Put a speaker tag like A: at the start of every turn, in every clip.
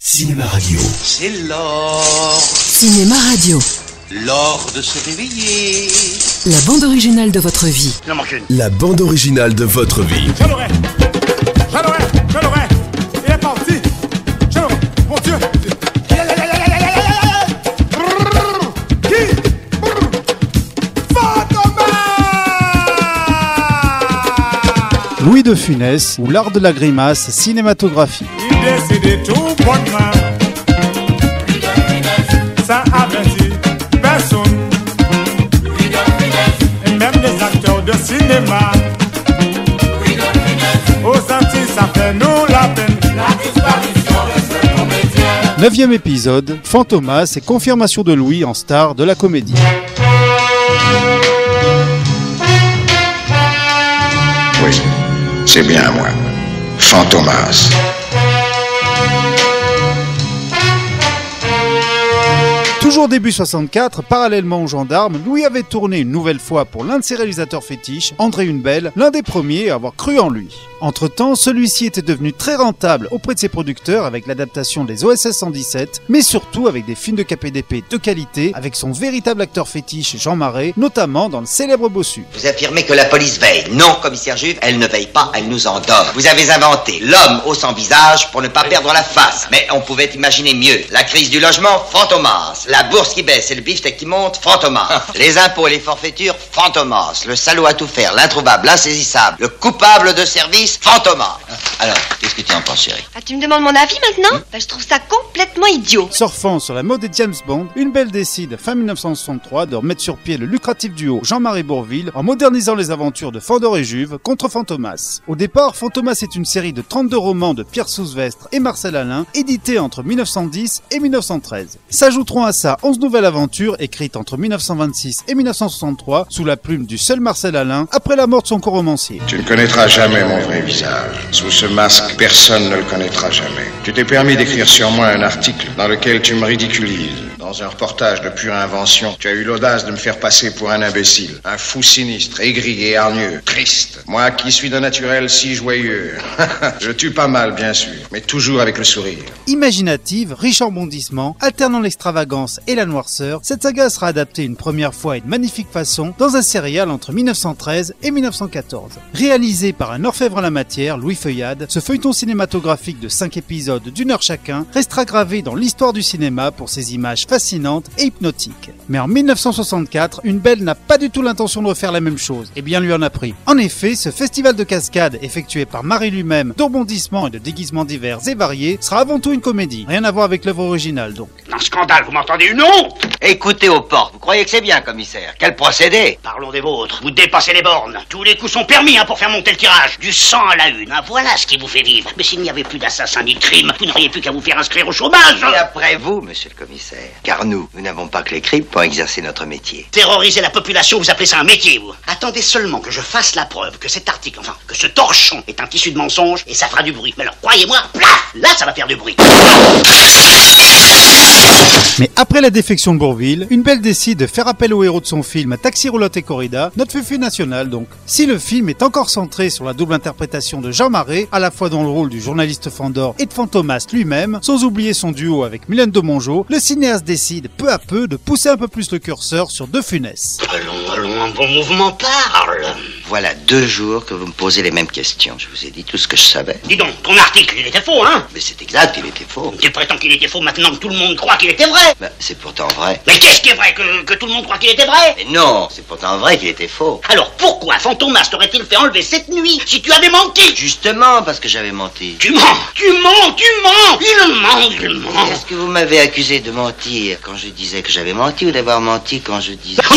A: Cinéma Radio.
B: C'est l'or,
C: Cinéma Radio,
B: l'or de se réveiller.
C: la bande originale de votre vie.
A: La bande originale de votre vie.
D: Je l'aurai Je l'aurai Je l'aurai Il est parti Je l'aurai Mon Dieu Qui Fantomas
E: Louis de Funès ou l'art de la grimace cinématographique.
D: Il décide tout bonnement Ça avertit personne Et même les acteurs de cinéma Aux Antilles ça fait nous la peine
E: Neuvième épisode, Fantomas et confirmation de Louis en star de la comédie.
F: Oui, c'est bien moi. Fantomas.
E: Toujours début 64, parallèlement aux gendarmes, Louis avait tourné une nouvelle fois pour l'un de ses réalisateurs fétiches, André Hunebelle, l'un des premiers à avoir cru en lui. Entre-temps, celui-ci était devenu très rentable auprès de ses producteurs avec l'adaptation des OSS 117, mais surtout avec des films de KPDP de qualité avec son véritable acteur fétiche Jean Marais, notamment dans le célèbre Bossu.
G: Vous affirmez que la police veille. Non, commissaire Juve, elle ne veille pas, elle nous endort. Vous avez inventé l'homme au sans visage pour ne pas perdre la face. Mais on pouvait imaginer mieux. La crise du logement, fantomas. La bourse qui baisse et le beefsteak qui monte, fantomas. Les impôts et les forfaitures, fantomas. Le salaud à tout faire, l'introuvable, l'insaisissable, le coupable de service, fantomas.
F: Alors, qu'est-ce que tu en penses, chérie
H: Ah, tu me demandes mon avis
B: Hmm.
H: maintenant Bah, Je trouve ça complètement idiot.
E: Surfant sur la mode des James Bond, une belle décide fin 1963 de remettre sur pied le lucratif duo Jean-Marie Bourville en modernisant les aventures de Fandor et Juve contre Fantomas. Au départ, Fantomas est une série de 32 romans de Pierre Sousvestre et Marcel Alain, édités entre 1910 et 1913. S'ajouteront à ça 11 nouvelles aventures écrites entre 1926 et 1963 sous la plume du seul Marcel Alain après la mort de son romancier.
F: Tu ne connaîtras jamais mon vrai visage. Sous ce masque, personne ne le connaîtra jamais. Tu t'es permis d'écrire sur moi un article dans lequel tu me ridiculises. Dans un reportage de pure invention, tu as eu l'audace de me faire passer pour un imbécile, un fou sinistre, aigri et hargneux, triste. Moi qui suis de naturel si joyeux. Je tue pas mal, bien sûr, mais toujours avec le sourire.
E: Imaginative, riche en bondissements, alternant l'extravagance et la noirceur, cette saga sera adaptée une première fois et de magnifique façon dans un serial entre 1913 et 1914. Réalisé par un orfèvre en la matière, Louis Feuillade, ce feuilleton cinématographique de 5 épisodes d'une heure chacun restera gravé dans l'histoire du cinéma pour ses images fascinantes et hypnotiques. Mais en 1964, une belle n'a pas du tout l'intention de refaire la même chose, et bien lui en a pris. En effet, ce festival de cascade, effectué par Marie lui-même, d'rebondissements et de déguisements divers et variés, sera avant tout une comédie. Rien à voir avec l'œuvre originale donc.
B: Un scandale, vous m'entendez Une honte
G: Écoutez aux portes, vous croyez que c'est bien, commissaire Quel procédé
B: Parlons des vôtres. Vous dépassez les bornes. Tous les coups sont permis hein, pour faire monter le tirage. Du sang à la une. hein, Voilà ce qui vous fait vivre. Mais s'il n'y avait plus d'assassins ni de crimes, vous n'auriez plus qu'à vous faire inscrire au chômage.
G: Et après vous, monsieur le commissaire. Car nous, nous n'avons pas que les crimes pour exercer notre métier.
B: Terroriser la population, vous appelez ça un métier, vous Attendez seulement que je fasse la preuve que cet article, enfin, que ce torchon est un tissu de mensonge et ça fera du bruit. Mais alors, croyez-moi, plaf Là, ça va faire du bruit.
E: Mais après la défection de Bourville, une belle décide de faire appel au héros de son film Taxi Roulotte et Corrida, notre fufu national donc. Si le film est encore centré sur la double interprétation de Jean Marais, à la fois dans le rôle du journaliste Fandor et de Fantomas lui-même, sans oublier son duo avec Mylène de Mongeau, le cinéaste décide peu à peu de pousser un peu plus le curseur sur De Funès.
B: Allons, allons, un bon mouvement parle.
G: Voilà deux jours que vous me posez les mêmes questions. Je vous ai dit tout ce que je savais.
B: Dis donc, ton article, il était faux, hein
G: Mais c'est exact, il était faux.
B: Tu prétends qu'il était faux maintenant que tout le monde croit qu'il était vrai
G: Ben, c'est pourtant vrai.
B: Mais qu'est-ce qui est vrai que, que tout le monde croit qu'il était vrai
G: Mais non, c'est pourtant vrai qu'il était faux.
B: Alors pourquoi Fantomas t'aurait-il fait enlever cette nuit si tu avais menti
G: Justement parce que j'avais menti.
B: Tu mens Tu mens Tu mens Il ment, il ment
G: Est-ce que vous m'avez accusé de mentir quand je disais que j'avais menti ou d'avoir menti quand je disais...
B: Oh,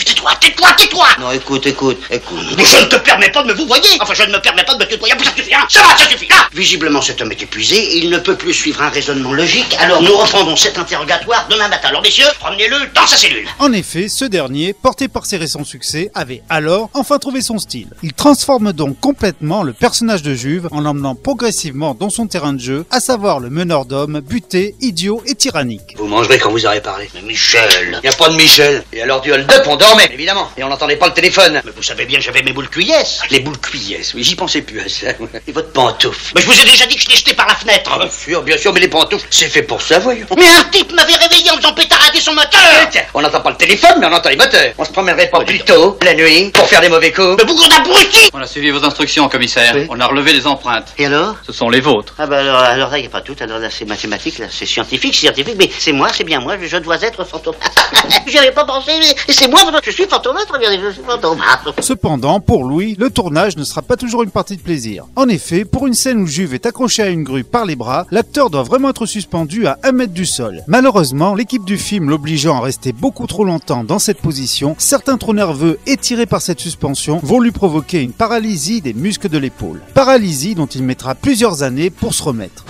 B: Tais-toi, tais-toi, tais-toi
G: Non, écoute, écoute, écoute.
B: Mais je ne te permets pas de me vous voyez Enfin, je ne me permets pas de me tutoyer, ça suffit, hein Ça va, ça suffit, hein Visiblement, cet homme est épuisé et il ne peut plus suivre un raisonnement logique, alors nous reprendrons cet interrogatoire demain matin. Alors, messieurs, promenez-le dans sa cellule
E: En effet, ce dernier, porté par ses récents succès, avait alors enfin trouvé son style. Il transforme donc complètement le personnage de Juve en l'emmenant progressivement dans son terrain de jeu, à savoir le meneur d'hommes, buté, idiot et tyrannique.
B: Vous mangerez quand vous aurez parlé. Mais Michel
F: Y a pas de Michel. Et alors, duel de on dormait.
B: Évidemment
G: évidemment. Et on n'entendait pas le téléphone.
B: Mais vous savez bien, j'avais mes boules cuillesses.
G: Les boules cuillesses, oui, j'y pensais plus à ça. Et votre pantoufle.
B: Mais je vous ai déjà dit que je l'ai jeté par la fenêtre.
G: Bien sûr, bien sûr, mais les pantoufles, c'est fait pour ça, voyons. Eh,
B: Mais un type m'avait réveillé en faisant pétarader son moteur. Oh,
G: Tiens, On n'entend pas le téléphone, mais on entend les moteurs. On se promènerait pas plus tôt, la nuit, pour faire des mauvais coups.
B: Le bougre d'abruti
I: On a suivi vos instructions, commissaire.
B: Oui.
I: On a relevé les empreintes.
B: Et alors
I: Ce sont les vôtres.
B: Ah bah alors, alors là, il n'y a pas tout. Alors là, c'est mathématique, là, c'est scientifique, scientifique, mais c'est moi, c'est bien moi, je, je dois être fantomate. J'y avais pas pensé, mais c'est moi, je suis fantomate, regardez, je suis fantomate.
E: Cependant, pour Louis, le tournage ne sera pas toujours une partie de plaisir. En effet, pour une scène où Juve est accroché à une grue par les bras, l'acteur doit vraiment être suspendu à 1 mètre du sol. Malheureusement, l'équipe du film l'obligeant à rester beaucoup trop longtemps dans cette position, certains trop nerveux étirés par cette suspension vont lui provoquer une paralysie des muscles de l'épaule. Paralysie dont il mettra plusieurs années pour se remettre.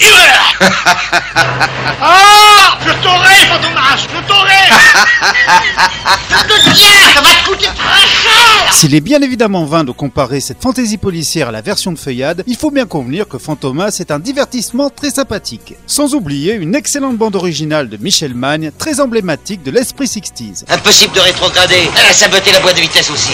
B: Et voilà Ah Je t'aurai, fantomate, je t'aurai Nom de Dieu, ça va te coûter très cher
E: S'il est bien évidemment vain de comparer cette fantaisie policière à la version de feuillade, il faut bien convenir que Fantomas est un divertissement très sympathique. Sans oublier une excellente bande originale de Michel Magne, très emblématique de l'esprit 60s.
G: Impossible de rétrograder. Elle a saboté la boîte de vitesse aussi.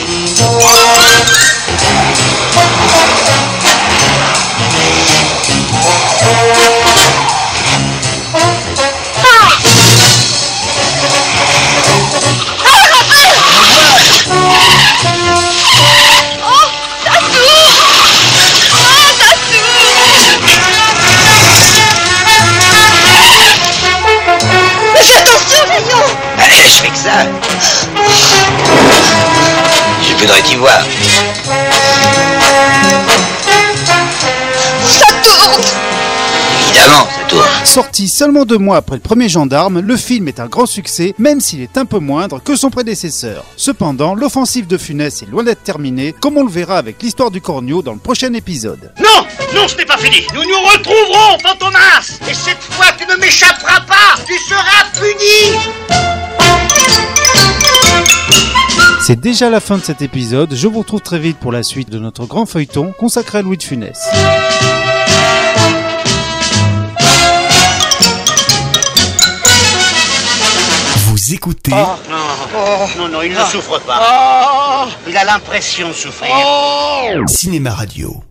H: Mais fais attention, voyons
G: Allez, je fais que ça. Je voudrais t'y voir.
H: Ça tourne
G: Évidemment, ça tourne.
E: Sorti seulement deux mois après le premier gendarme, le film est un grand succès, même s'il est un peu moindre que son prédécesseur. Cependant, l'offensive de Funès est loin d'être terminée, comme on le verra avec l'histoire du corneau dans le prochain épisode.
B: Non Non, ce n'est pas fini Nous nous retrouverons, fantomas Et cette fois, tu ne m'échapperas pas Tu seras puni
E: C'est déjà la fin de cet épisode, je vous retrouve très vite pour la suite de notre grand feuilleton consacré à Louis de Funès.
A: Vous écoutez
B: Non, non, non, il ne souffre pas. Il a l'impression de souffrir.
A: Cinéma Radio.